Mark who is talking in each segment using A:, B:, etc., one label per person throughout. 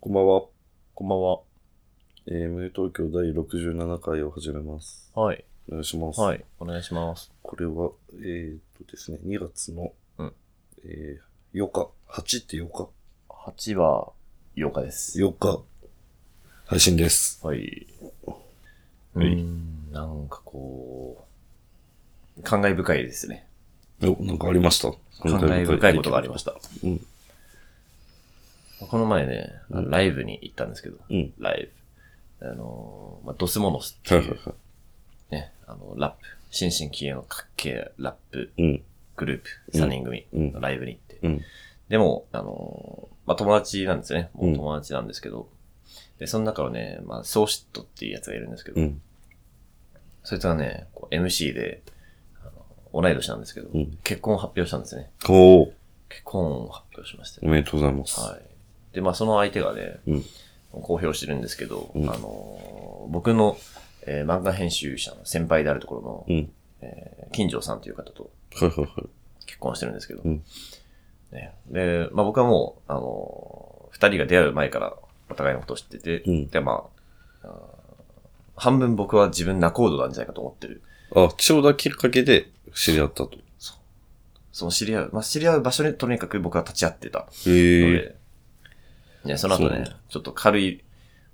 A: こんばんは。
B: こんばんは。
A: えー、胸東京第67回を始めます。
B: はい。
A: お願いします。
B: はい。お願いします。
A: これは、えー、っとですね、2月の、
B: うん
A: えー、8日、8って8日
B: 8は8日です。
A: ?8 日、配信です。
B: はい。う
A: はい
B: ーん、なんかこう、感慨深いですね。
A: お、なんかありました。
B: 感慨深いことがありましたた。
A: うん。
B: この前ね、
A: うん
B: ライブに行ったんですけど、
A: うん。
B: ライブ。あのー、まあ、ドスモノスって
A: はい
B: い
A: はいうは
B: ね、あの、ラップ、新進気鋭のかっけえラップ
A: い。うん。
B: グループ、
A: うん
B: 3人組
A: うん
B: のライブに行って、
A: うん。
B: でも、あのーまあ、友達なんですよね。もうんう友達なんですけど。で、その中のね、まあ、ソーシットっていうやつがいるんですけど、
A: うん。
B: そいつはね、こう MC で、あの同い年なんですけど、
A: うん
B: 結婚を発表したんですね。
A: おー、
B: 結婚を発表しまして、
A: おめでとうございます。
B: はい。で、まあ、その相手がね、
A: うん
B: 公表してるんですけど、
A: うん
B: あのー僕の、えー漫画編集者の先輩であるところの、
A: うん。
B: えー金城さんという方と
A: はいはいはい。
B: 結婚してるんですけど、
A: うん
B: ね、で、まあ、僕はもう、あのー二人が出会う前からお互いのことを知ってて、
A: うん
B: で、まあ、あー半分僕は自分仲人なんじゃないかと思ってる。
A: あ、ちょうどきっかけで知り合ったと。
B: その知り合う、まあ、知り合う場所にとにかく僕は立ち会ってたの
A: へえ。
B: で、ね、その後
A: そうなん
B: ね、ちょっと軽い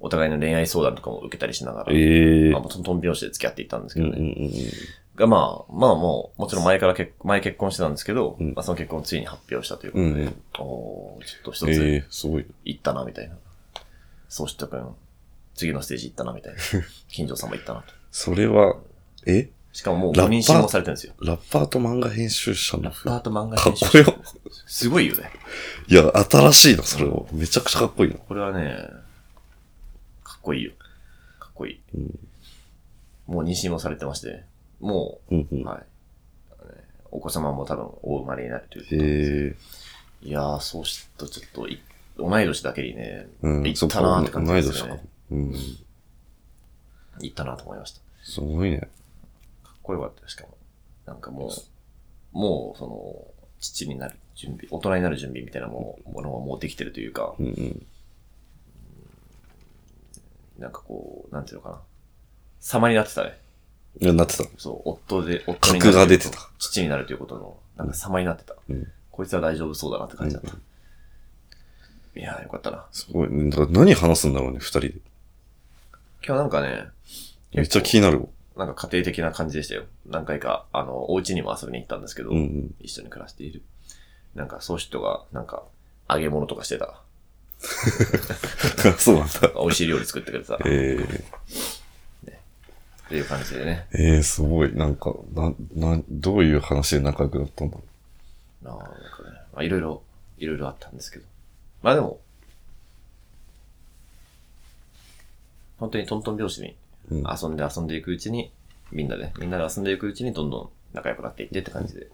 B: お互いの恋愛相談とかも受けたりしながら、
A: ええ
B: まあ、。もうとんとん拍子で付き合っていったんです
A: う
B: け
A: ん
B: ど
A: うん
B: ね。
A: うん。
B: が、まあ、まあもう、もちろん前から結、前結婚してたんですけど、
A: うん
B: まあ、その結婚をついに発表したというこ
A: う
B: と
A: んうん。
B: で、おーちょっと一つ、
A: ええ、すごい。
B: 行ったな、みたいな。そうしたくん、次のステージ行った な、みたいな。金城さんも行ったなと。
A: それは、え
B: しかももう
A: ラッパー
B: 5人信用されてるんですよ。
A: ラッパーと漫画編集者の
B: ラッパーと漫画
A: かっ
B: 編集
A: こよ。
B: すごいよね。
A: いや、新しいな、それは。めちゃくちゃかっこいいな。
B: これはね、かっこいいよ。かっこいい。
A: うん
B: もう妊娠もされてまして、も
A: うんう
B: う、
A: ん。
B: はい。お子様も多分お生まれになるということで
A: へえ。
B: いやー、そうしとちょっとい、同い年だけにね、
A: うん、
B: 行
A: そ
B: っ
A: っか
B: たなーって感じ
A: 同
B: で
A: い
B: す
A: 年
B: ね
A: か。うん。
B: 行ったなと思いました。
A: すごいね。
B: かっこよかったよしかも。なんかもう、もう、その、父になる準備、大人になる準備みたいなものものはもうできてるというか
A: う、んうん。
B: なんかこう、なんていうのかな。様になってたね。
A: いや、なってた。
B: そう、夫で、夫にな
A: 格
B: る
A: が出てた。
B: 父になるということの、なんか様になってた。
A: うん
B: こいつは大丈夫そうだなって感じだった。いやー、よかったな。
A: すごい。だから何話すんだろうね、二人で。
B: 今日なんかね、
A: めっちゃ気
B: 結
A: になるわ。
B: 構なんか家庭的な感じでしたよ。何回か、あの、お家にも遊びに行ったんですけど、
A: うんうん。
B: 一緒に暮らしている。なんか、そう人が、なんか、揚げ物とかしてた。
A: そうなんだ。
B: 美味しい料理作ってくれてた。っ
A: ええ。
B: ていう感じでね。
A: ええ、すごい。なんか、な、な、どういう話で仲良くなったんだろ
B: なあなんかね、まあ、いろいろ、いろいろあったんですけど。まあでも、本当にトントン拍子に
A: う。うん。
B: 遊んで遊んでいくうちに、みんなで、みんなで遊んでいくうちにどんどん仲良くなっていってって感じで、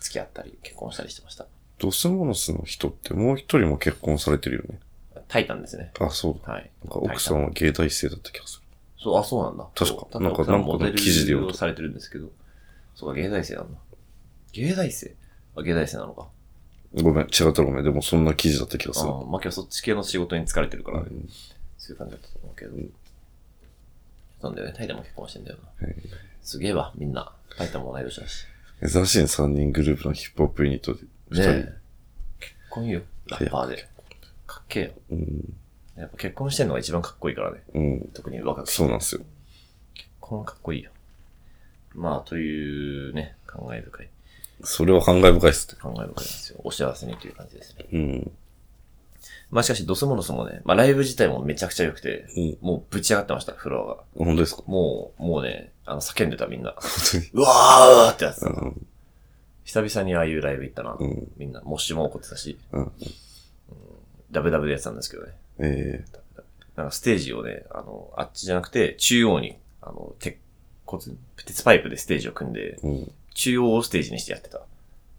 B: 付き合ったり結婚したりしてました。
A: ドスモノスの人ってもう一人も結婚されてるよね。
B: タイタンですね。
A: あ、そうだ。
B: はい。
A: なんか奥さんは芸大生だった気がする。
B: そう、あ、そうなんだ。
A: 確か
B: そう
A: なんか
B: 奥さん
A: なんかの
B: モデル
A: 記事で読んだ
B: をされてるんですけど。そうか、芸大生なんだ。芸大生あ、芸大生なのか。
A: ごめん、違ったらごめん。でもそんな記事だった気がす
B: あ
A: る。
B: あ、まあ、今日そっち系の仕事に疲れてるから、
A: うん
B: そういう感じだったと思うけど。
A: ん
B: なんだよね、タイタンも結婚してんだよな。
A: はい
B: すげえわ、みんな。タイタンも同い年だし。
A: 珍しいね、3人グループのヒップホップユニットで。
B: ね
A: 2
B: え。結婚いいよ、ラッパーで。かっけえよ。
A: 人。うん。
B: やっぱ結婚してんのが一番かっこいいからね。
A: うん。
B: 特に若くして。
A: そうなんですよ。
B: 結婚はかっこいいよ。まあ、というね、考え深い。
A: それは感慨深いっす
B: 考え深いですよ。お幸せにという感じですね。
A: ね。うん。
B: まあしかし、ドスモノスもね、まあライブ自体もめちゃくちゃ良くて、
A: うん。
B: もうぶち上がってました、フロアが。
A: 本当ですか
B: もう、もうね、あの、叫んでたみんな。
A: 本
B: うわーってやつ
A: 当。に。
B: 久々にああいうライブ行ったな。
A: うん。うん。
B: みんな、もしも怒ってたし、
A: うん。
B: ダブダブでやってたんですけどね。
A: ええ
B: なんかステージをね、あの、あっちじゃなくて、中央に、あの、鉄骨、鉄パイプでステージを組んで、
A: うん。
B: 中央をステージにしてやってた。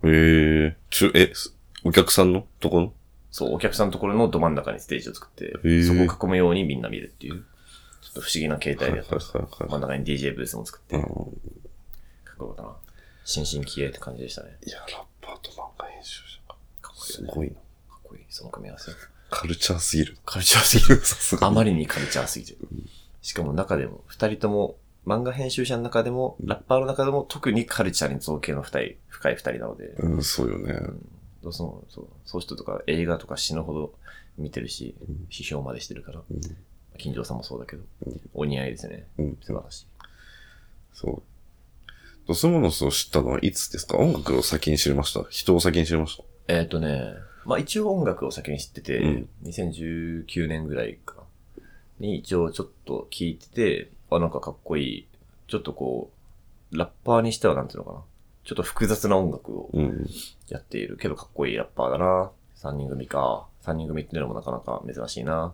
A: ええちゅ、え、すお客さんのとこの
B: そう、お客さんのところのど真ん中にステージを作って
A: へえ、
B: そこを囲むようにみんな見るっていう、ちょっと不思議な形態でやってました。
A: はいはい
B: 真ん中に DJ ブースも作って、
A: うん
B: か。っこよかったな。新進気鋭って感じでしたね。
A: いや、ラッパーと漫画編集者か。
B: かっこいい
A: す
B: よね。
A: ごいな。
B: かっこいい、その組み合わせ。
A: カルチャーすぎる。
B: カルチャーすぎる。
A: さすが
B: あまりにカルチャーすぎてる。しかも中でも、二人とも、漫画編集者の中でも、ラッパーの中でも、特にカルチャーに造形の二人、深い二人なので、
A: うん、そうよね
B: う。ん、どうそのそうそういう人とか映画とか死ぬほど見てるし、
A: ん
B: 批評までしてるから、
A: うん
B: 金城さんもそうだけど、
A: うん
B: お似合いですね。
A: うん、
B: 素晴らしい。
A: そう。ドスモノスを知ったのはいつですか音楽を先に知りました。人を先に知りました。
B: えっ、とね、まあ一応音楽を先に知ってて、
A: うん
B: 2019年ぐらいかな。に一応ちょっと聞いてて、あ、なんかかっこいい。ちょっとこう、ラッパーにしてはなんていうのかな。ちょっと複雑な音楽を
A: うん。
B: やっているけどかっこいいラッパーだな。3人組か。3人組っていうのもなかなか珍しいな。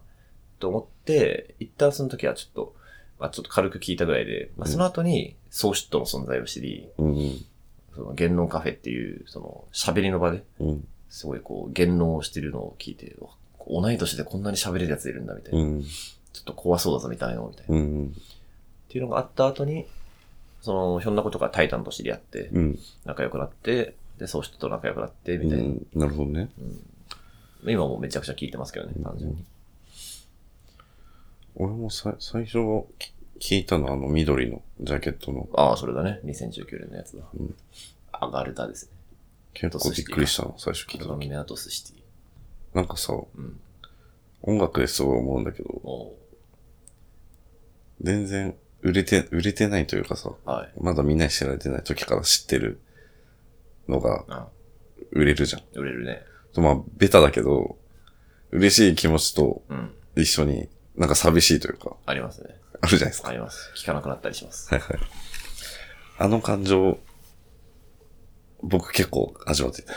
B: と思って、一旦その時はちょっと、まあちょっと軽く聞いたぐらいで、まあ
A: うん
B: その後に、ソーシットの存在を知り、
A: うん。
B: その言論カフェっていう、その喋りの場で、
A: うん。
B: すごいこう、言論をしてるのを聞いて、うわ同い年でこんなに喋れるやついるんだみたいな。
A: うん。
B: ちょっと怖そうだぞみたいなのみたいな。っ
A: うん。
B: ていうのがあった後に、その、ひょんなことからタイタンと知り合って、
A: うん。
B: 仲良くなって、で、そう人と仲良くなって、
A: う
B: みたいな。
A: んなるほどね。
B: うん今もめちゃくちゃ聞いてますけどね、単純に。
A: 俺もさ最初き聞いたのはあの緑のジャケットの。
B: ああ、それだね。2019年のやつだ。
A: うん
B: アガルタですね。
A: 結構びっくりしたの、最初聞いた
B: ドロミ
A: 時。
B: ネアトスシティ。
A: なんかさ、
B: うん。
A: 音楽ですごい思うんだけど、
B: おう
A: 全然売れて、売れてないというかさ、
B: はい。
A: まだみんなに知られてない時から知ってるのが
B: あ
A: 売れるじゃん。
B: 売れるね。
A: まあ、ベタだけど、嬉しい気持ちと
B: うん。
A: 一緒に、なんか寂しいというか、
B: ありますね。
A: あるじゃないですか。
B: あります。聞かなくなったりします。
A: はいはい。あの感情、僕結構味わってて。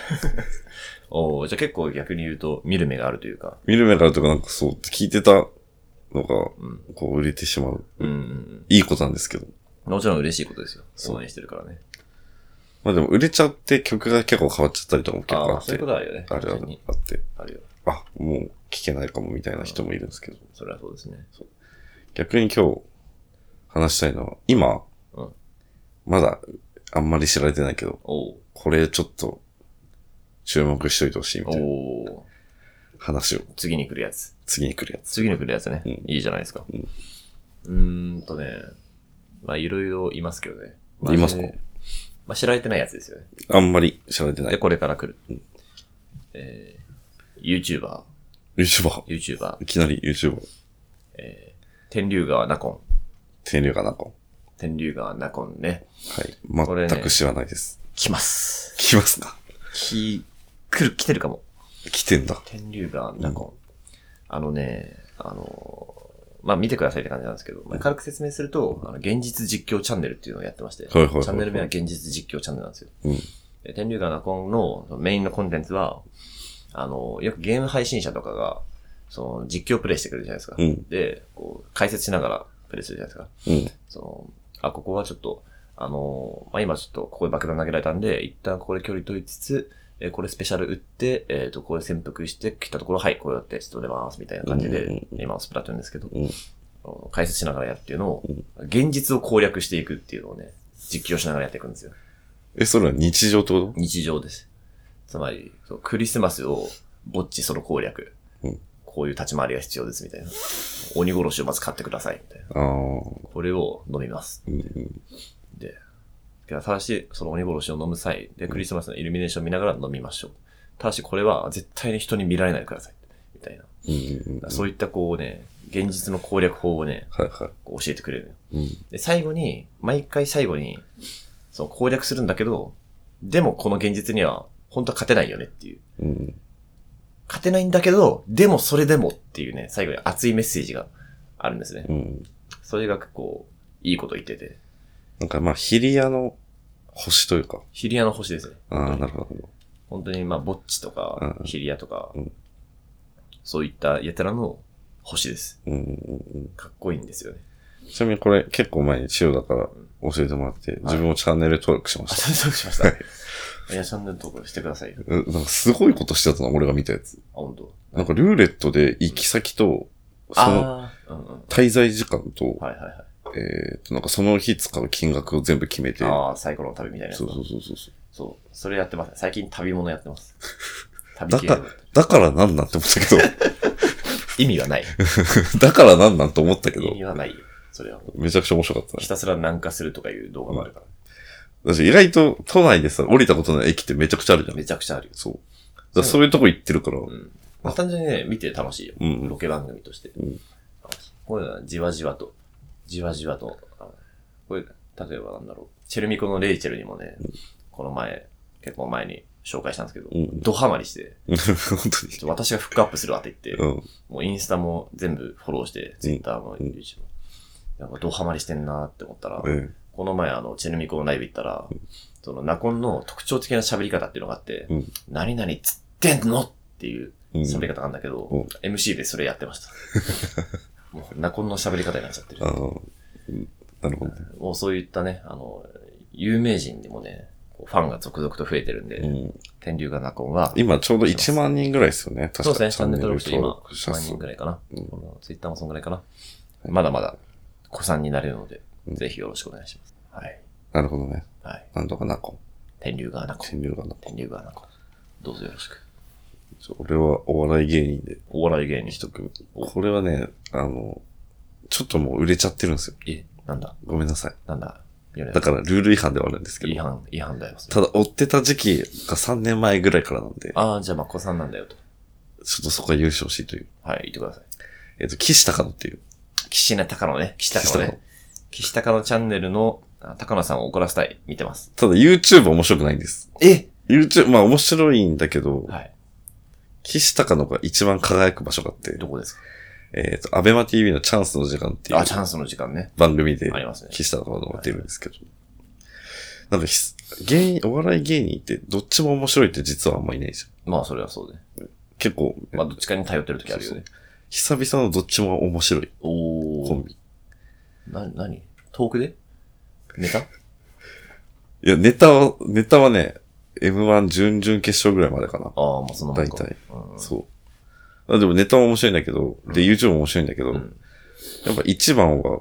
B: おおじゃあ結構逆に言うと、見る目があるというか。
A: 見る目からとかなんかそう、聞いてたのが、
B: うん。
A: こう売れてしまう。
B: うんうん
A: いいことなんですけど。
B: うん。もちろん嬉しいことですよ。
A: そう
B: 応援してるからね。
A: まあでも売れちゃって曲が結構変わっちゃったりとかも結構
B: あ
A: あ
B: あ、
A: っ
B: そういう
A: て
B: こ。とあるよね。
A: あれあ
B: 完全
A: る
B: に
A: あって、
B: あるよ。
A: あ、もう聞けないかもみたいな人もいるんですけど。
B: それはそうですね。
A: 逆に今日話したいのは、今、
B: うん
A: まだあんまり知られてないけど、
B: おう
A: これちょっと注目しといてほしいみ
B: お
A: たいな
B: お
A: 話を
B: 次に来るやつ。
A: 次に来るやつ。
B: 次に来るやつね。
A: うん
B: いいじゃないですか。
A: う
B: うんーんとね。まあ、いろいろいますけどね。
A: いますか
B: まあまあ、知られてないやつですよね。
A: あんまり知られてな
B: で、
A: い。
B: これから来る。
A: うん
B: えー、YouTuber、
A: YouTuber。
B: YouTuber、
A: いきなり YouTuber。
B: えー、天竜川ナコン。
A: 天竜かなんか。は
B: 天竜川ナコンね。こ
A: い。
B: れね
A: 全く知らないです。
B: 来ます。
A: 来ますか
B: き、来る、来てるかも。
A: 来てんだ。
B: 天竜川ナコン。あのね、あのーまあ、見てくださいって感じなんですけど、まあ、軽く説明すると、あの、現実実況チャンネルっていうのをやってまして、
A: はいはいはいはい
B: チャンネル名は現実実況チャンネルなんですよ。
A: うん。
B: で天竜川ナコンのそのメインのコンテンツは、あの、よくゲーム配信者とかが、その実況プレイしてくれるじゃないですか。
A: うん
B: で、こう、解説しながらプレイするじゃないですか。
A: うん。
B: その、あ、ここはちょっと、あの、まあ、今ちょっとここで爆弾投げられたんで、一旦ここで距離取りつつ、えーこれスペシャル打って、えっ、と、ここで潜伏してきたところ、はい、こうやってちょっと出ます、みたいな感じ
A: うんうん
B: で、今はスプラトゥーンですけど、
A: うん
B: あの解説しながらやるっていうのを
A: う、
B: 現実を攻略していくっていうのをね、実況しながらやっていくんですよ。
A: え、それは日常ってこ
B: 日常です。つまり、そうクリスマスをぼっちその攻略。
A: うん
B: こういう立ち回りが必要ですみたいな。鬼殺しをまず買ってくださいみたいな。
A: とああ。
B: これを飲みます。
A: うんうん。
B: で、ただし、その鬼殺しを飲む際で、クリスマスのイルミネーションを見ながら飲みましょう。ただし、これは絶対に人に見られないでください。みたいな。
A: うんうんうん。
B: そういったこうね、現実の攻略法をね、
A: はいは
B: こう教えてくれるのよ。
A: い。うん。
B: で、最後に、毎回最後に、その攻略するんだけど、でもこの現実には、本当は勝てないよねっていう。
A: うん。
B: 勝てないんだけど、でもそれでもっていうね、最後に熱いメッセージがあるんですね。
A: うん。
B: それがこう、いいこと言ってて。
A: なんかまあ、ヒリアの星というか。
B: ヒリアの星ですね。
A: ああ、なるほど。
B: 本当にまあ、ぼっちとか
A: う、ん
B: ヒリアとか、
A: うん
B: そういったやたらの星です。
A: うんうんうん。
B: かっこいいんで すよね。
A: ちなみにこれ結構前に千代だから教えてもらって、自分もチャンネル登録しま
B: あ、
A: した。
B: そうそうしまし
A: はい
B: た。いや、チャンネル登録してくださいよ。
A: うんなんかすごいことしてたな、俺が見たやつ。
B: あ、本当。
A: なんかルーレットで行き先と、その
B: あー、うんうん。
A: 滞在時間と、
B: はいはいはい。
A: えーっと、なんかその日使う金額を全部決めて、
B: ああ、サイコロの旅みたいなやつ
A: そ
B: だ
A: うそうそうそうそう。
B: そう。 それやってます。最近旅物やってます。旅
A: だ
B: 系
A: から、だからなんなんって思ったけど、
B: 意味はない。
A: だからなんなんと思ったけ
B: 意
A: ど、
B: 味はないよ。それは。
A: めちゃくちゃ面白かったね
B: ひ。たすら南下するとかいう動画もあるから。
A: 私意外と都内でさ、降りたことない駅ってめちゃくちゃあるじゃん。
B: めちゃくちゃあるよ。
A: そう。だからそういうとこ行ってるから、
B: んまあ、単純にね、見て楽しいよ。
A: うん
B: ロ。ケ番組として。
A: うん
B: こういうのはじわじわと、じわじわと、あのこういう、例えばなんだろう、チェルミコのレイチェルにもね、この前、結構前に紹介したんですけど、
A: うん
B: ドハマりして、
A: 本
B: ちょっと私がフックアップするわって言っ
A: 当
B: て、
A: に。うん。
B: もうインスタも全部フォローして、ツイッターも YouTube も、やっぱドハマりしてんなーって思ったら、
A: え
B: この前あの、チェルミコのライブ行ったら、そのナコンの特徴的な喋り方っていうのがあって、
A: うん
B: 何々つってんのっていう
A: え。うん。
B: 喋り方なんだけど、
A: うん
B: MC でそれやってました。 もう、ナコンの喋り方になっちゃってる
A: あ。の、うんなるほどね。
B: もうそういったね、あの、有名人でもね、こうファンが続々と増えてるんで、
A: うん、
B: 天竜がナコンは、
A: 今ちょうど1万人ぐらいですよね。確か
B: そうですね、チャンネル登録者今、
A: 登録
B: 1
A: 者
B: 万
A: 数
B: 人。ぐらいかな。
A: うん
B: ツイッターもそんぐらいかな。
A: い
B: まだまだ、子さんになれるので、
A: うん
B: ぜひよろしくお願いします。はい。
A: なるほどね。
B: はい。
A: なんとかな、こ
B: 天竜がナ
A: う。
B: コン。
A: 天竜がな。
B: 天竜がナコン。どうぞよろしく。
A: ちょ俺はお笑い芸人で
B: お笑い芸人。
A: 一組。これはね、あの、ちょっともう売れちゃってるんですよ。
B: え、なんだ
A: ごめんなさい。
B: なんだだ
A: だからルール違反ではあるんですけ
B: 違
A: ど。
B: 反、違反だよ。それ
A: ただ追ってた時期が3年前ぐらいからなんで、ちょ
B: ああ、じゃあ、まあ、子さんなんだよと。
A: っとそこは優勝しいという。
B: はい、言ってください。
A: えっ、と、岸高野っていう。
B: 岸根隆野ね。岸隆野ね。岸隆野チャンネルの、あ高野さんを怒らせたい。見てます。
A: ただ YouTube 面白くないんです。
B: え
A: YouTube、まあ面白いんだけど、
B: はい。
A: 岸高野が一番輝く場所があって
B: ど、こですか
A: えっ、と、アベマ TV のチャンスの時間っていう
B: あ、チャンスの時間ね。
A: 番組で
B: ありますね。
A: 岸高野が出るんですけど、なんかひ芸人、お笑い芸人ってどっちも面白いって実はあんまいないじゃん。
B: まあ、それはそうで。
A: 結構、
B: まあ、どっちかに頼ってる時あるよね。
A: 久々のどっちも面白い
B: お
A: コン
B: ー。
A: ビ。
B: な、なに遠くでネタ
A: いや、ネタは、ネタはね、M1 準々決勝ぐらいまでかな。
B: ああ、まあ、そのもんか
A: 大体。
B: うん
A: そう。あでもネタも面白いんだけど、で、YouTube も面白いんだけど、
B: うん。
A: やっぱ一番は、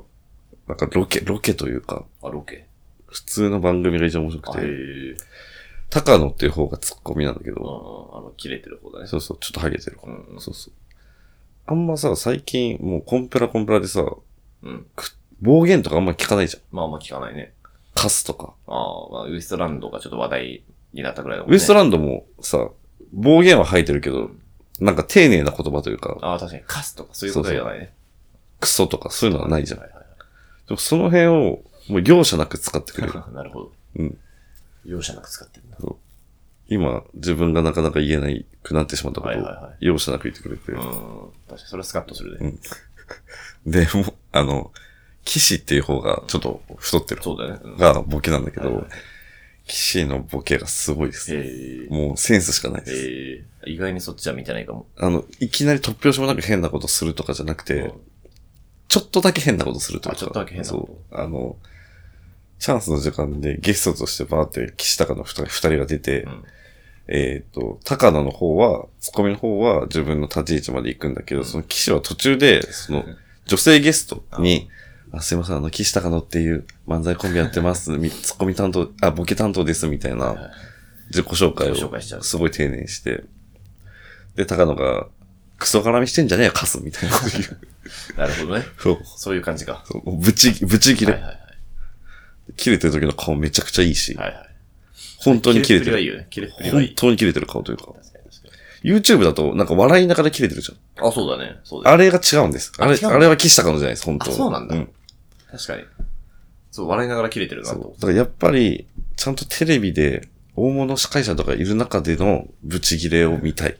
A: なんかロケ、ロケというか、
B: あ、ロケ。
A: 普通の番組が一番面白
B: あ
A: く
B: へえ。う
A: て、
B: ん
A: 高野っていう方がツッコミなんだけ
B: あ
A: ど、
B: の、切れてる方だね。
A: そうそう、ちょっとハゲてる方。
B: うんうん
A: そうそう。あんまさ、最近、もうコンプラコンプラでさ、
B: うん。
A: 暴言とかあんま聞かないじゃん。
B: まあ、あんま聞かないね。
A: カスとか。
B: ああ、まあ、ウエストランドがちょっと話題になったぐらいだもん
A: ウ
B: ね。
A: エストランドもさ、暴言は吐いてるけど、なんか丁寧な言葉というか、
B: ああ、確かに。カスとかそういうことじゃないね。
A: クソとかそういうのはないじゃん。
B: はいはい
A: でもその辺を、もう容赦なく使ってく れる。
B: はいなるほど。
A: うん。
B: 容赦なく使ってるな。
A: 今、自分がなかなか言えないくなってしまったこ
B: はい
A: とを
B: はいはい、
A: 容赦なく言ってくれて
B: う。ん。確かに、それはスカッとする
A: うん
B: ね。
A: で、もう、あの、騎士っていう方がちょっと太ってる
B: そうだね。うん
A: がボケなんだけ
B: はい
A: ど
B: はい、
A: 騎士のボケがすごいです。
B: へ
A: もうセンスしかない
B: え。
A: です。
B: へえ。意外にそっちは見てないかも。
A: あの、いきなり突拍子もなく変なことするとかじゃなく
B: う
A: て、
B: ん
A: ちょっとだけ変なことするという
B: あ
A: か。
B: ちょっとだけ変なこと
A: そう。あの、チャンスの時間でゲストとしてバーって岸高の二人二人が出て、
B: うん
A: えっ、と、高野の方は、ツッコミの方は自分の立ち位置まで行くんだけど、その騎士は途中で、その、女性ゲストに、あすいません、あの、岸高野っていう漫才コンビやってます、みツッコミ担当、あ、ボケ担当です、みたい
B: はいは
A: ない自己紹介
B: 自己紹介しちゃ
A: を
B: う
A: すごい丁寧にして、で、高野が、クソ絡みしてんじゃねえよ、カスみたいなこと言う。
B: なるほどね。
A: そう
B: そういう感じか。
A: そう。 ぶち、ぶち切
B: はい
A: れ、
B: はいはい。
A: 切れてる時の顔めちゃくちゃいいし、
B: はいはい。
A: 本当に切れて
B: 切れっぷりはいい
A: る。
B: よね。切れっぷりは
A: 本
B: いい。
A: 当に切れてる顔というか。
B: 確かに確か
A: YouTube だと、なんか笑いながら切れてるじゃん。
B: にあ、そうだね。そうだね。
A: あれが違うんです。
B: あ
A: あれ、
B: 違うの
A: あれは岸高野じゃないです、本当は
B: あそうなんだ
A: うん。
B: 確かに。そう、笑いながら切れてるな
A: そ
B: と
A: う
B: 思っ。
A: だからやっぱり、ちゃんとテレビで、大物司会者とかいる中でのブチギレを見たい。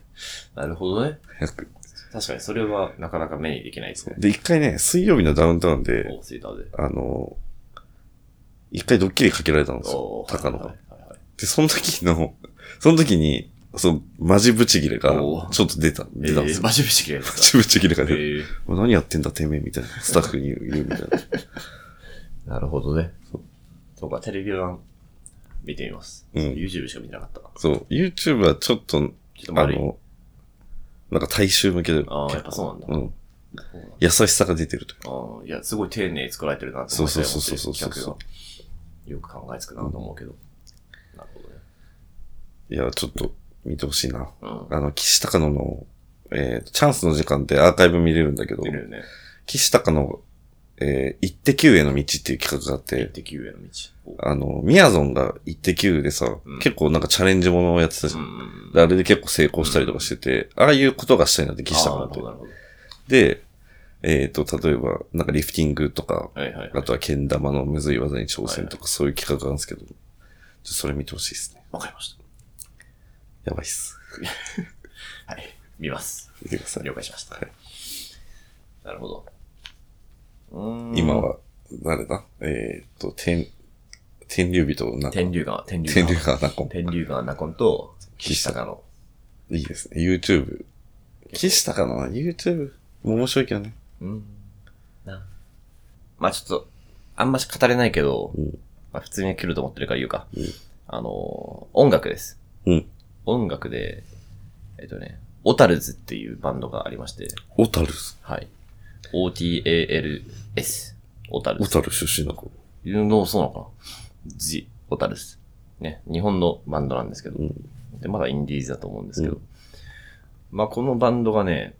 B: た。なるほどね。
A: 早く。
B: 確かに、それはなかなか目にできないですね。
A: で、一回ね、水曜日のダウンタウンで、
B: お、ツイッターで。
A: あの、一回ドッキリかけられたんですよ
B: お、ー
A: 高野
B: は
A: が
B: い。はいはい
A: で、その時の、 その時に、そう、マジブチギレが、
B: おー
A: ちょっと出た、
B: え
A: 出たんです
B: ー、
A: よ。マ
B: マジ節切 れてた。
A: ジブチギレが出た。
B: え
A: お前何やってんだ、てめえ、みたいな。スタッフに言う、言うみ たいな。
B: ーなるほどね。そうか、テレビ版見てみます。
A: うん
B: YouTube しか見てなかった。ちょ
A: そう、YouTube はちょっと、
B: っと
A: あ
B: 悪い。
A: の、なんか大衆向けで、
B: ああ、やっぱそうなんだ。
A: うん。優しさが出てるという。
B: ああ、いや、すごい丁寧に作られてるなと思って。
A: そうそうそうそうそう
B: 企画がよく考えつくなと思うけど。なるほどね。
A: いや、ちょっと見てほしいな。
B: うん。
A: あの、岸高野のえーチャンスの時間ってアーカイブ見れるんだけど
B: 見、れるね。
A: 岸高の、えー、イッテ Q への道っていう企画があっ
B: 一
A: て、
B: 滴上の道。お
A: あの、みやぞんがイッテ Q でさ、
B: うん
A: 結構なんかチャレンジものをやってたじゃん。
B: うん
A: であれで結構成功したりとかしてて、ああいうことがしたいなって岸
B: あー
A: 高
B: な
A: っ
B: るほ
A: て
B: ど、。なるほど。
A: で、えっ、と、例えば、なんかリフティングとか、
B: はいはいは
A: あ
B: い。
A: とは剣玉のむずい技に挑戦とか、そういう企画なんですけど、ちょっとそれ見てほしいですね。
B: わかりました。
A: やばいっす。
B: はい。見ます。
A: 見てください。
B: 了解しました。
A: はい
B: なるほど。うーん
A: 今。は、誰だえっ、と、天、天竜人なんか、
B: 天竜川、天竜
A: 天
B: 川。
A: 竜がなんか、
B: 天竜川ナコンと、
A: 岸
B: 岸
A: 高
B: 高の。
A: いいですね。YouTube。岸高の YouTube も面白いけどね。
B: うん。な。まあちょっと、あんまし語れないけど、
A: うん
B: まあ普通に来ると思ってるから言うか。
A: うん
B: あのー、音楽です。
A: うん
B: 音楽で、えっとね、オタルズっていうバンドがありまして、
A: 小樽、
B: はい。O-T-A-L-S。オタル
A: 小
B: ズ。
A: 樽出身の子。
B: いうのそうなのかなジ・オタルズ。ね、日本のバンドなんですけど、
A: うん
B: で、まだインディーズだと思うんですけど、
A: う
B: まあこのバンドがね、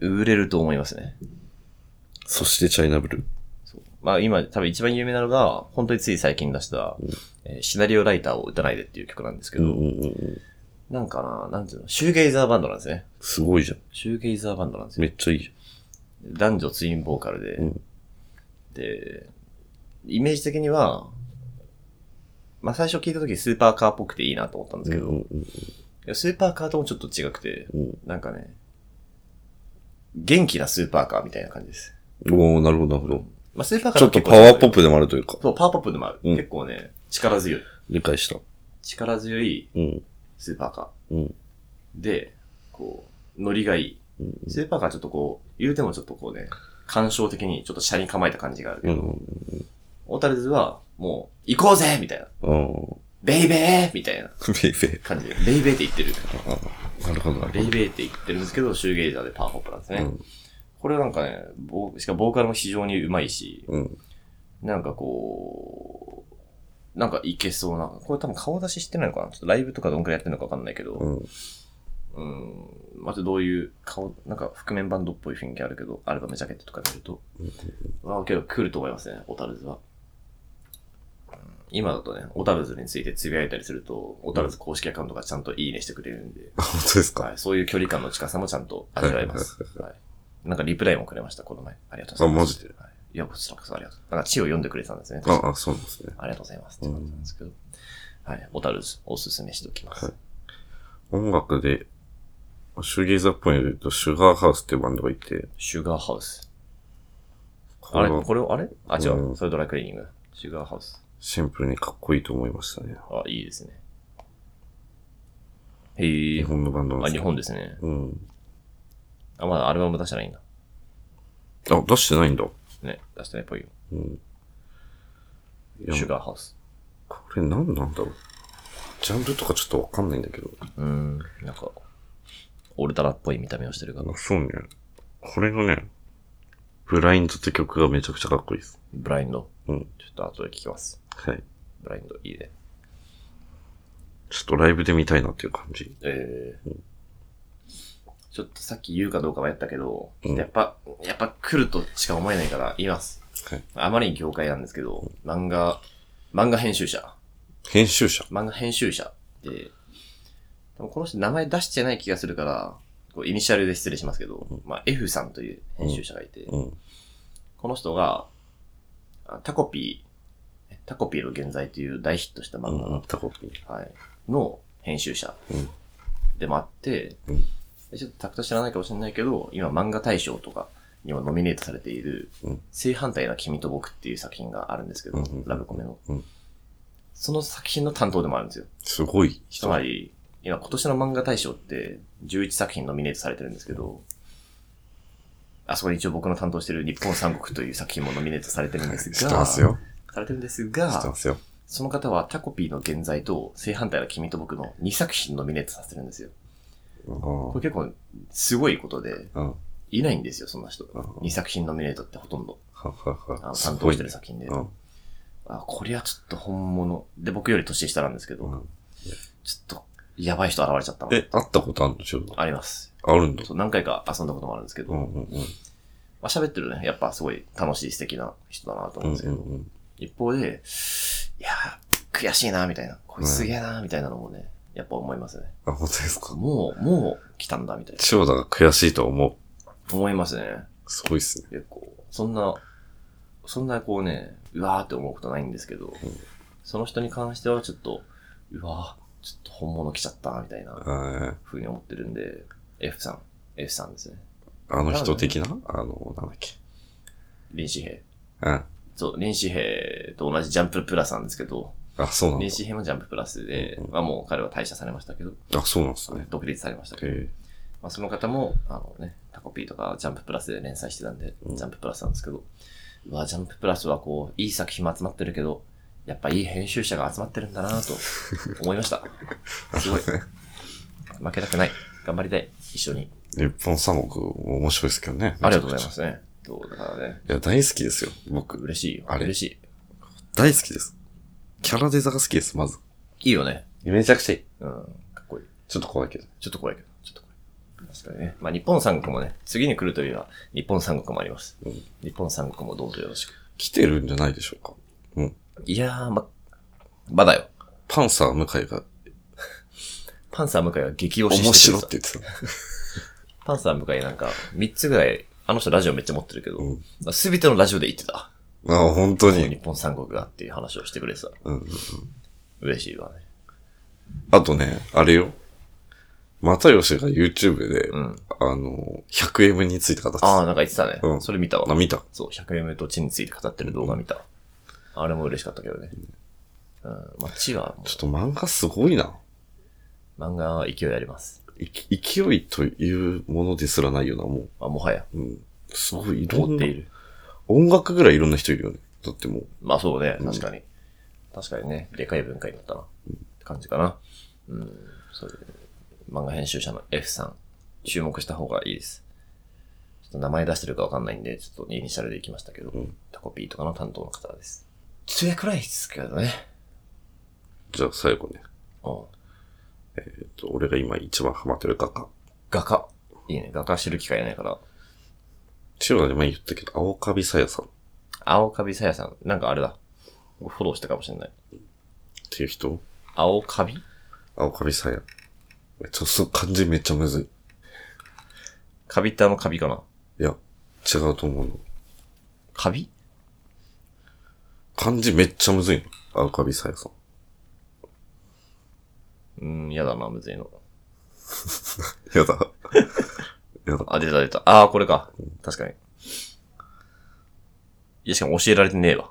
B: 売れると思いますね。
A: そしてチャイナブルー。
B: そうまあ今多分一番有名なのが、本当につい最近出した、
A: うん
B: えーシナリオライターを打たないでっていう曲なんですけ
A: う
B: ど、
A: んうんうんうん。
B: なんかな、なんていうの、シューゲイザーバンドなんですね。
A: すごいじゃん。
B: シューゲイザーバンドなんですよ。
A: めっちゃいいじ
B: 男女ツインボーカルで、
A: うん
B: で、イメージ的には、まあ最初聞いた時スーパーカーっぽくていいなと思ったんです
A: ゃん。
B: け
A: うん
B: ど、
A: うん
B: いやスーパーカーともちょっと違くて、
A: うん
B: なんかね、元気なスーパーカーみたいな感じです。
A: うん。おー、なるほど、なるほど。
B: まあスーパーカー
A: ちょっとパワーポッ
B: プ。
A: プでもあるというか、
B: そう、パワーポップでもある。
A: うん
B: 結構ね、力強い。
A: 理解した。
B: 力強い
A: うん。
B: スーパーカ
A: うん。
B: ー。で、こう、ノリがいい。
A: うん
B: スーパーカーちょっとこう、言うてもちょっとこうね、感傷的にちょっと車に構えた感じがあるけ
A: う
B: ど、
A: ん。
B: オタルズは、もう、行こうぜみたいな。
A: うん。
B: ベイベーみたいな
A: ベイベー。
B: 感じで、ベイベーって言ってる。
A: ああなるほど、なる
B: ベイベーって言ってるんですけど、シューゲイザーでパワーホップなんですね。
A: ほど。
B: これはなんかね、ボーしかもボーカルも非常に上手いし、
A: うん。うん。
B: なんかこう、なんかいけそうな。これ多分顔出ししてないのかなちょっとライブとかどんくらいやってるのかわかんないけど、
A: うん。
B: うん、またどういう顔、なんか覆面バンドっぽい雰囲気あるけど、アルバムジャケットとか見ると、わあ、けど来ると思いますね、オタルズは。うん今だとね、オタルズについてつぶやいたりすると、オタルズ公式アカウントがちゃんといいねしてくれるんで、
A: あ本当ですか
B: はい、そういう距離感の近さもちゃんと味わえます。はい、なんかリプライもくれました、この前。ありがとうございます。
A: あマジ
B: で、はい、いや、こちらこそありがとう。なんか地を読んでくれてたんですね。
A: ああ、そうなんですね。
B: ありがとうございます。って感じなんですけど、はい、オタルズおすすめしておきます。
A: はい音楽で、シューゲイザーっぽいので言うと、シュガーハウスっていうバンドがいて、
B: シュガーハウス。
A: こ
B: あ
A: れ
B: れ
A: は
B: これをあれあ、違
A: うん
B: う。それドライクリーニング。シュガーハウス。
A: シンプルにかっこいいと思いましたね。
B: あ、いいですね。へ
A: 日
B: え。
A: 本のバンドなんで
B: あ、
A: す
B: 日
A: けど
B: 本ですね。
A: うん。
B: あ、まだアルバム出してないんだ。
A: あ、出してないんだ。
B: ね、出してないっぽいよ。
A: うん。いや
B: シュガーハウス。
A: これ何なんだろう。ジャンルとかちょっとわかんないんだけど。
B: うーん。なんか、オルタラっぽい見た目をしてるが、
A: あそうね。これのね、ブラインドって曲がめちゃくちゃかっこいいです。
B: ブラインド。
A: うん。
B: ちょっと後で聞きます。
A: はい。
B: ブラインド、いいね。
A: ちょっとライブで見たいなっていう感じ。
B: ええちょっとさっき言うかどうかはやったけど、
A: うん
B: やっぱ、やっぱ来るとしか思えないから言います。
A: はい
B: あまりに業界なんですけど、漫画、漫画編集者。
A: 編集者。
B: 漫画編集者で、多分この人名前出してない気がするから、こうイニシャルで失礼しますけど、まあ F さんという編集者がいて、
A: うん。
B: この人が、あタコピー、タコピーの現在という大ヒットした
A: う
B: 漫画
A: ん。
B: の
A: タコピー。
B: はい、の編集者
A: うん
B: でもあって、
A: うん
B: でちょっとタクト知らないかもしれないけど、今漫画大賞とかにもノミネートされている
A: うん、
B: 正反対な君と僕っていう作品があるんですけど、
A: うんうん
B: ラブコメの、
A: うん
B: その作品の担当でもあるんですよ。
A: すごい
B: つまり、今今年の漫画大賞って11作品ノミネートされてるんですけど、あそこに一応僕の担当してる日本三国という作品もノミネートされてるんですが、
A: 知ってますよ。
B: されてるんです
A: 知って
B: が
A: ま、すよ。
B: その方はタコピーの現在と正反対の君と僕の2作品ノミネートさせてるんですよ。これ結構すごいことで、
A: うん。うん。
B: いないんですよ、そんな人。
A: うん
B: 2作品ノミネートってほとんど、
A: はは
B: あ
A: は。
B: の
A: す
B: 担
A: ご
B: 当
A: い
B: してる作品で。
A: うん。
B: あ、これはちょっと本物。で、僕より年下なんですけど、
A: うん
B: ちょっとやばい人現れちゃったの。
A: え、会ったことあるんでしょ
B: あります。
A: あるんだ。
B: そう何回か遊んだこともあるんですけど、
A: う
B: ま
A: んうんうん。
B: あ、喋ってるとね、やっぱすごい楽しい素敵な人だな
A: う
B: と思うん
A: ん
B: です
A: う
B: けど、
A: んうん。
B: 一方で、いやー、悔しいな、みたいな。こいつすげえな、みたいなのもね、やっぱ思いますね。
A: あ、本当ですか
B: もう、もう来たんだ、みたいな。
A: 千代田が悔しいと思
B: 思いますね。
A: う。すごいっすね。
B: 結構、そんな、そんなこうね、うわーって思うことないんですけど、
A: うん
B: その人に関してはちょっと、うわー、ちょっと本物来ちゃった、みたいな
A: あ
B: 風に思ってるんで、F さん、F さんですね。
A: ーあの人的なあの、なんだっけ。
B: 林志
A: う
B: 平。
A: ん。
B: そう、林志平と同じジャンププラスなんですけど、
A: あ、そうなん
B: 林志平もジャンププラスで、
A: うんうん
B: まあもう彼は退社されましたけど、
A: だ。あ、そうなんですね。
B: 独立されましたけど、
A: へ
B: まあ、その方も、あのね、タコピーとかジャンププラスで連載してたんで、
A: うん
B: ジャンププラスなんですけど、うわ、ジャンププラスはこう、いい作品も集まってるけど、やっぱいい編集者が集まってるんだなと思い ました。すごい。負けたくない。頑張りたい。一緒に。
A: え。日本三国面白いですけどね。。
B: ありがとうございますすね。そう、だからね、
A: いや、大好きですよ。僕、
B: 嬉しいよ。
A: あれ
B: 嬉し
A: 大好きです。キャラデザが好きです、まず。
B: い。いいよね。
A: めちゃくちゃいい。
B: うん、かっこいい。
A: ちょっと怖いけど。
B: ちょっと怖いけど、ちょっと怖い。確かにね。まあ、日本三国もね、次に来るというよりは、日本三国もあります。
A: うん
B: 日本三国もどうぞよろしく。
A: 来てるんじゃないでしょうか。
B: いやー、ま、まだよ。
A: パンサー向井が
B: パンサー向井は激推しして
A: 面白
B: く
A: っ
B: れ
A: て
B: た
A: 言ってた。
B: パンサー向井なんか、3つぐらい、あの人ラジオめっちゃ持ってるけ
A: う
B: ど、
A: ん。
B: すべてのラジオで言って
A: あ、
B: た。
A: 本当
B: 日
A: に。
B: 本三国がっていう話をしてくれてた。
A: うんうん。
B: 嬉しいわね。
A: あとね、あれよ。又吉が YouTube で、
B: うん。
A: あの、100M について語って
B: ああ、
A: た。
B: なんか言ってたね。
A: うん
B: それ見た
A: あ、
B: わ。
A: 見た。
B: そう、100M と地について語ってる動画見た。あれも嬉しかったけどね。うん。まあ、地はも
A: ちょっと漫画すごいな。
B: う漫画は勢いあります。
A: いき勢いというものですらないよな、も
B: まあ、もはや、
A: う。うん。すごい、いろ
B: 持
A: ん
B: って、
A: ない
B: る。
A: 音楽ぐらいいろんな人いるよね。だってもう、
B: まあ、そうね。
A: うん
B: 確かに。確かにね、でかい文化になったな。って感じかな。うん。それで漫画編集者の F さん、注目した方がいいです。ちょっと名前出してるかわかんないんで、ちょっとイニシャルでいきましたけど、
A: うん
B: タコピーとかの担当の方です。つやくらいですけどね。
A: じゃあ最後ね。
B: うん。
A: えっと、俺が今一番ハマってる画家。
B: 画家。いいね。画家知る機会ないから。
A: 千代田で前言ったけど、青カビさやさんっ
B: 青カビさやさん。なんかあれだ。フォローしたかもしれない。
A: ていう人
B: 青カビ
A: 青カビさや。めっちゃ、そう、漢字めっちゃむずい。
B: カビってあのカビかない
A: や、違うと思うの。
B: カビ
A: 漢字めっちゃむずいの。青カビさやさん。
B: うーん、やだな、むずいの。
A: やだ。やだ。
B: あ、出た出た。ああ、これか。確かに。いや、しかも教えられてねえわ。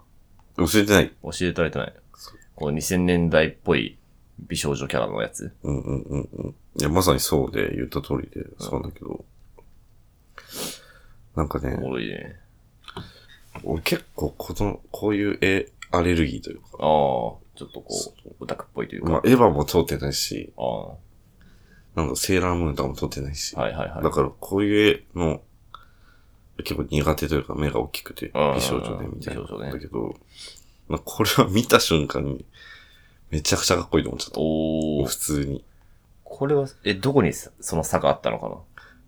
A: 教えてない。
B: 教えられてない
A: そう。
B: この2000年代っぽい美少女キャラのやつ。
A: うんうんうんうん。いや、まさにそうで、言った通りで、そうなんだけど。なんか
B: お
A: ね、
B: もろいね。
A: 俺結構この、こういう絵アレルギーという
B: ああ
A: か、、
B: ちょっとこ、
A: そう
B: オタクっぽいという
A: まあ
B: か。、
A: エヴァも通ってないし、
B: ああ、は
A: なんだ、セーラームーンとかも通ってないし、
B: いはいはい。
A: だからこういう絵の、結構苦手というか目が大きくて、
B: うん
A: 美少女でみたいな
B: 美少女ね
A: だけど、まあ、これは見た瞬間に、めちゃくちゃかっこいいと思っちゃった。
B: お
A: もう
B: お
A: 普。通に。
B: これは、え、どこにさその差があったのかな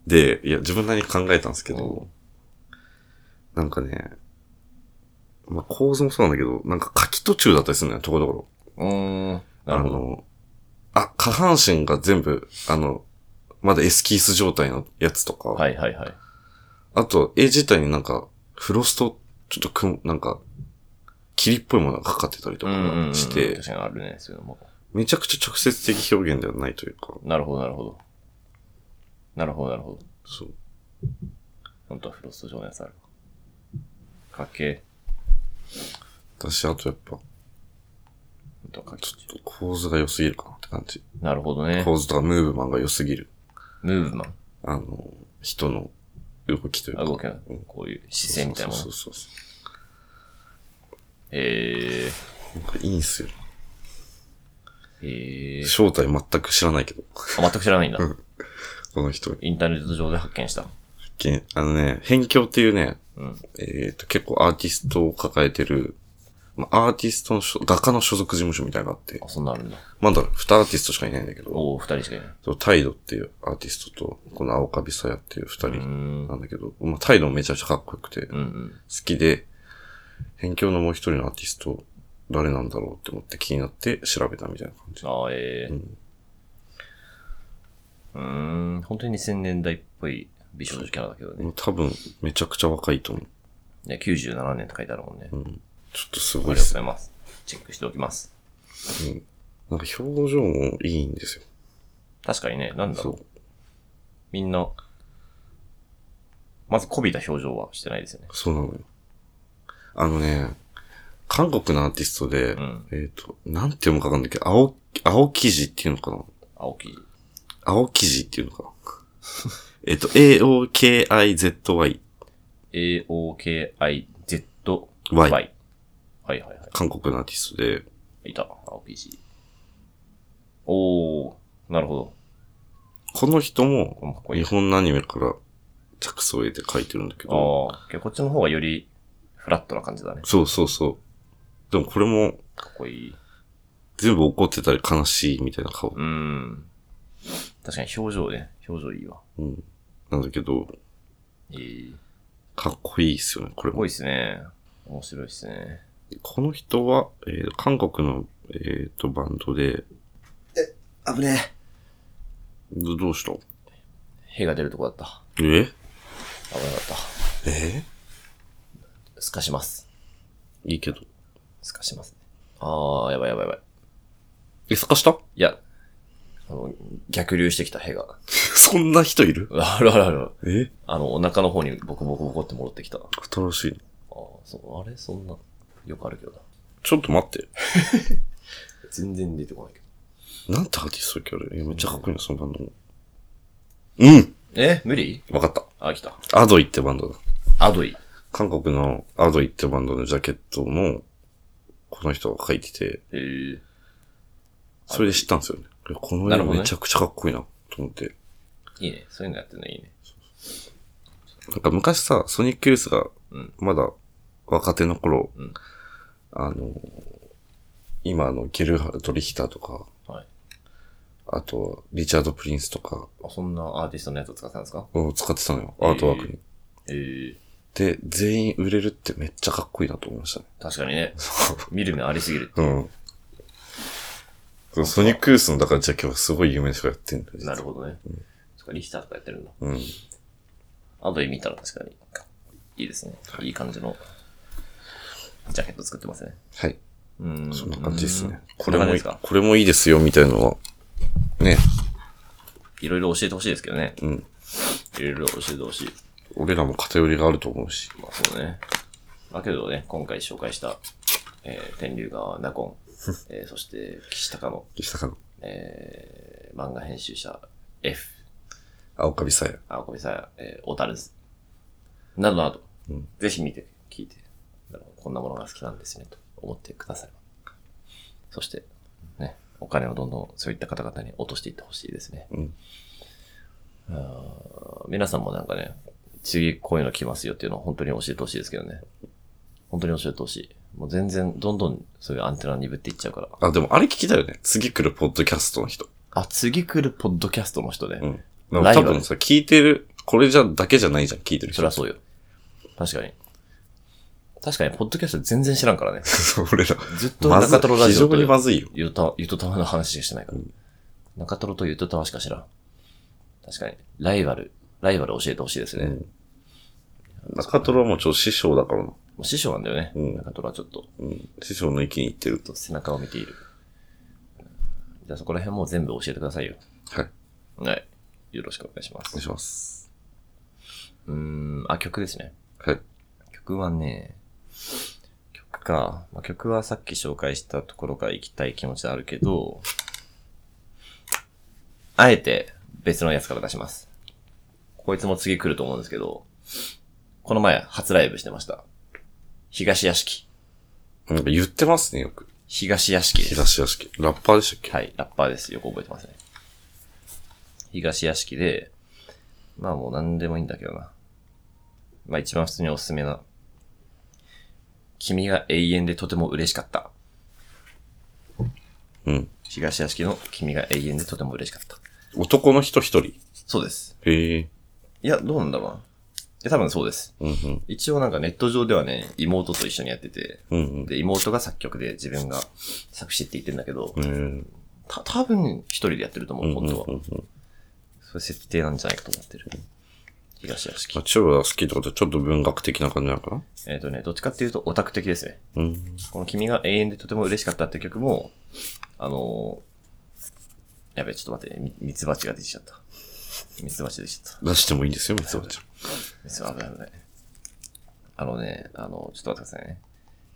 A: で、いや、自分なりに考えたんですけど、なんかね、まあ、構図もそうなんだけど、なんか書き途中だったりするのよ、ところどころ。
B: うーん。な
A: あ
B: るほど。
A: の、あ、下半身が全部、あの、まだエスキース状態のやつとか、
B: はいはいはい。
A: あと、絵自体になんか、フロスト、ちょっとくん、なんか、霧っぽいものがかかってたりとかし
B: うん
A: て
B: 確、かにあるね、そういうのも。
A: めちゃくちゃ直接的表現ではないというか、
B: なるほどなるほど。なるほどなるほど。
A: そう。
B: 本当はフロスト状のやつあるわ。かっけえ。
A: だし、あとやっぱ、
B: 本当はかっけ
A: ちょっと構図が良すぎるかなって感じ。
B: えなるほどね。
A: 構図とかムーブマンが良すぎる。
B: ムーブマン。
A: あの、人の動きという
B: あ
A: か。
B: 動きの
A: うん、
B: こういう姿勢みたいなも
A: そ
B: の
A: う。そうそうそ
B: へ
A: う。なんかいいんすよ。
B: え。へえ。
A: 正体全く知らないけど、
B: あ、全く知らないんだ。
A: この人。
B: インターネット上で発見した。
A: けんあのね、辺境っていうね、
B: うん。
A: えっ、と、結構アーティストを抱えてるまあアーティストの所、画家の所属事務所みたいなのがあって
B: あ、、そんなんあるんだ。
A: まだ二アーティストしかいないんだけど、
B: おお、二人しかいない。
A: そうタイドっていうアーティストと、この青カビサヤっていう二
B: うー
A: 人
B: ん。
A: なんだけど、まあタイドもめちゃくちゃかっこよくて、
B: うんうん。
A: 好きで、辺境のもう一人のアーティスト、誰なんだろうって思って気になって調べたみたいな感じ。
B: ああ、ええ
A: うん
B: うーん、本当に2000年代っぽい美少女キャラだけどね。
A: もう多分、めちゃくちゃ若いと思
B: ね97年って書いてあるもんね。
A: う。うん。ちょっとす
B: あり
A: ご
B: が
A: いっ
B: とうご
A: す
B: ざ
A: ね。
B: います。チェックしておきます。
A: うん。なんか表情もいいんですよ。
B: 確かにね、なんだ
A: そ
B: ろう。
A: う。
B: みんな、まずこびた表情はしてないですよね。
A: そうなのよ。あのね、韓国のアーティストで、
B: うん。
A: えっ、と、なんて読むかわかんないけど、青、青生地っていうのかな
B: 青木。
A: 青生地っていうの かなえっと、AOKIZY。
B: AOKIZY。
A: Y
B: はいはいはい。
A: 韓国のアーティストで、
B: いた。青木 G。おー、なるほど。
A: この人
B: こ
A: も
B: れもかっこい
A: 日
B: い。
A: 本のアニメから着想を得て書いてるんだけ
B: あ
A: ど、
B: ーけどこっちの方がよりフラットな感じだね。
A: そうそうそう。でもこれも
B: かっこいい。
A: 全部怒ってたり悲しいみたいな顔
B: う。ーん。確かに表情ね。表情いいわ。
A: うん。なんだけど、
B: いい。
A: かっこいいですよね、これ
B: すご
A: も
B: い。っすね。面白いっすね。
A: この人は、えー韓国の、えー、とバンドで、
B: あぶね
A: どどうした
B: え。屁が出るとこだった。
A: え
B: 危なかっ
A: え
B: た。すかします。
A: いいけど。
B: すかしますね。あー、やばいやばいやばい。
A: え、探した
B: いや、あの、逆流してきた屁が。
A: そんな人いる
B: あるあるある。
A: え
B: あの、お腹の方にボコボコボコって戻ってきた。ああ、
A: 新しい。
B: そう、あれそんな、よくあるけどな。
A: ちょっと待って。
B: 全然出てこないけど。
A: なんてアーティストだっけあれいやめっちゃかっこいいな、そのバンドも。うん
B: え無理
A: わかった。
B: あ、来た。
A: アドイってバンドだ。
B: アドイ。
A: 韓国のアドイってバンドのジャケットも、この人が書いてて、
B: へえ。
A: それで知ったんですよね。いやこの
B: なる
A: 絵
B: ほどね
A: めちゃくちゃかっこいいな、と思って。
B: いいね。そういうのやってるのいいね。
A: なんか昔さ、ソニックユースが
B: うん、
A: まだ若手の頃、
B: うん
A: あの、今のゲルハルト・リヒターとか、
B: はい。
A: あと、リチャード・プリンスとか
B: あ、そんなアーティストのやつを使ってたんですか
A: を使ってたのよ、アートワークに。
B: へえ。
A: で、全員売れるってめっちゃかっこいいなと思いましたね。
B: 確かに ね。見る目ありすぎる。
A: うん。そのソニックユースの、だからジャケはすごい有名な人がやってんだよ
B: なるほどね。そっか、リヒターとかやってるんだ。
A: ど。うん。
B: アドイ見たら確かに、いいですね。いい感じの、ジャケット作ってますね。
A: はい。
B: うん。
A: そんな感じですね。こ
B: こ
A: れ
B: れ
A: も
B: も
A: い
B: で
A: い、
B: すか
A: これもいいですよ、みたいのは。ね。
B: いろいろ教えてほしいですけどね。
A: うん。
B: いろいろ教えてほしい。
A: 俺らも偏りがあると思うし。
B: まあそうね。だけどね、今回紹介した、えー、天竜川ナコン、えー、そして岸高の、
A: したかの。
B: えー、漫画編集者 F、
A: 青カビさや。
B: あ、ごめんなさい、えー、オタルズ、などなど、
A: うん
B: ぜひ見て、聞いて、なるほどこんなものが好きなんですね、と思ってくだされば。そして、ね、お金をどんどんそういった方々に落としていってほしいですね。
A: うん。
B: あー皆さんもなんかね、次こういうの来ますよっていうのを本当に教えてほしいですけどね。本当に教えてほしい。もう全然、どんどんそういうアンテナ鈍っていっちゃうから。
A: あ、でもあれ聞きたいよね。次来るポッドキャストの人。
B: あ、次来るポッドキャストの人ね。
A: うん。
B: ライバル
A: 多分さ、聞いてる、これじゃ、だけじゃないじゃん、聞いてる
B: そ
A: 人。
B: りゃそうよ。確かに。確かに、ポッドキャスト全然知らんからね。
A: そう。 俺ら。
B: ずっと
A: まず
B: 中トロラ
A: い。非
B: ジオ
A: 常
B: と
A: にまずいよ。
B: ゆとたゆとたわの話しかしてないから。
A: うん
B: 中トロとゆとたわしか知らん。確かに。ライバル、ライバル教えてほしいですね。
A: うん中トロはもうちょっと師匠だからな。
B: もう師匠なんだよね。
A: うん
B: 中トロはちょっと、
A: うん。師匠の域に行ってる
B: ちょ
A: と。
B: っと背中を見ている。じゃあそこら辺もう全部教えてくださいよ。
A: はい。
B: はい。よろしくお願いしま
A: お願い
B: す。
A: します。
B: うーん、あ、曲ですね。
A: はい。
B: 曲はね、曲か。まあ、曲はさっき紹介したところから行きたい気持ちはあるけど、あえて別のやつから出します。こいつも次来ると思うんですけど、この前初ライブしてました。東屋敷。
A: なんか言ってますね、よく。
B: 東屋敷です。
A: 東屋敷。ラッパーでしたっけ
B: はい、ラッパーです。よく覚えてますね。東屋敷で、まあもう何でもいいんだけどな。まあ一番普通におすすめな、君が永遠でとても嬉しかった。
A: うん。
B: 東屋敷の君が永遠でとても嬉しかった。
A: 男の人一人。
B: そうです。
A: へえ。
B: いや、どうなんだろうな。いや、多分そうです。
A: うんうん。
B: 一応なんかネット上ではね、妹と一緒にやってて、
A: うん
B: で、妹が作曲で自分が作詞って言ってんだけど
A: う、ん。
B: た、多分一人でやってると思
A: う
B: う、
A: ん。
B: 本当は。
A: うんうんうん
B: そういう設定なんじゃないかと思ってる。東屋敷
A: まあ、。チョロが好きってことはちょっと文学的な感じなのかな
B: えっ、とね、どっちかっていうとオタク的ですね。
A: うん。
B: この君が永遠でとても嬉しかったって曲も、あのーやべえ、ちょっと待って、みミツバチが出てきちゃった。ミツバチ出てきちゃっ
A: 出してもいいんですよ、みつばちゃん。
B: た。ミツバチ危ない危ない。あのね、あの、ちょっと待ってくださいね。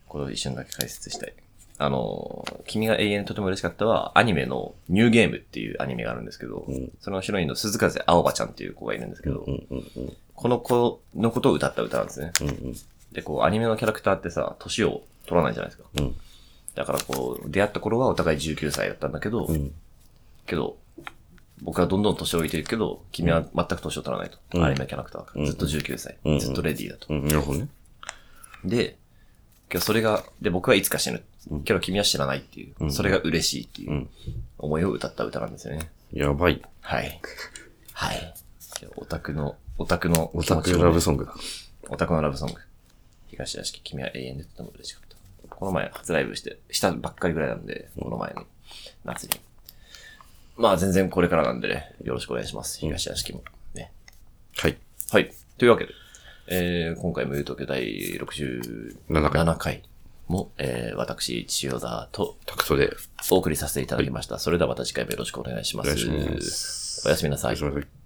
B: これを一瞬だけ解説したい。あのー、君が永遠でとても嬉しかったは、アニメのニューゲームっていうアニメがあるんですけど、
A: うん
B: そのヒロインの鈴風青葉ちゃんっていう子がいるんですけど、
A: うんうんうん。
B: この子のことを歌った歌なんですね。
A: うんうん。
B: で、こう、アニメのキャラクターってさ、年を取らないじゃないですか。
A: うん
B: だからこう、出会った頃はお互い19歳だったんだけど、
A: うん。
B: けど、僕はどんどん年を置いていくけど、君は全く年を取らないと。
A: うん
B: アニメキャラクター
A: う
B: が。
A: ん
B: ずっと19歳。
A: うん
B: ずっとレディーだと。
A: うん。なるほどね。
B: で、けどそれが、で、僕はいつか死ぬ。けど君は知らないっていう。
A: うん。
B: それが嬉しいっていううん思いを歌った歌なんですよね。
A: やばい。
B: はい。 はい。オタクの、オタクの
A: オ
B: 気
A: タ
B: 持ち
A: ク
B: をね
A: ラブソングだ。
B: オタクのラブソング。東屋敷、君は永遠でとても嬉しかった。この前初ライブして、したばっかりぐらいなんで、この前の夏に。まあ全然これからなんでね、よろしくお願いします。
A: うん
B: 東屋敷も。ね。
A: はい。
B: はい。というわけで、えー、今回も言うとけ第67
A: 7回
B: 回も、えー、私、千代田と
A: タクトで。
B: お送りさせていただきました。それではまた次回もよろしくお願いしま。
A: お願いしますす。
B: おやすみなさ
A: おや
B: い
A: す。みなさい。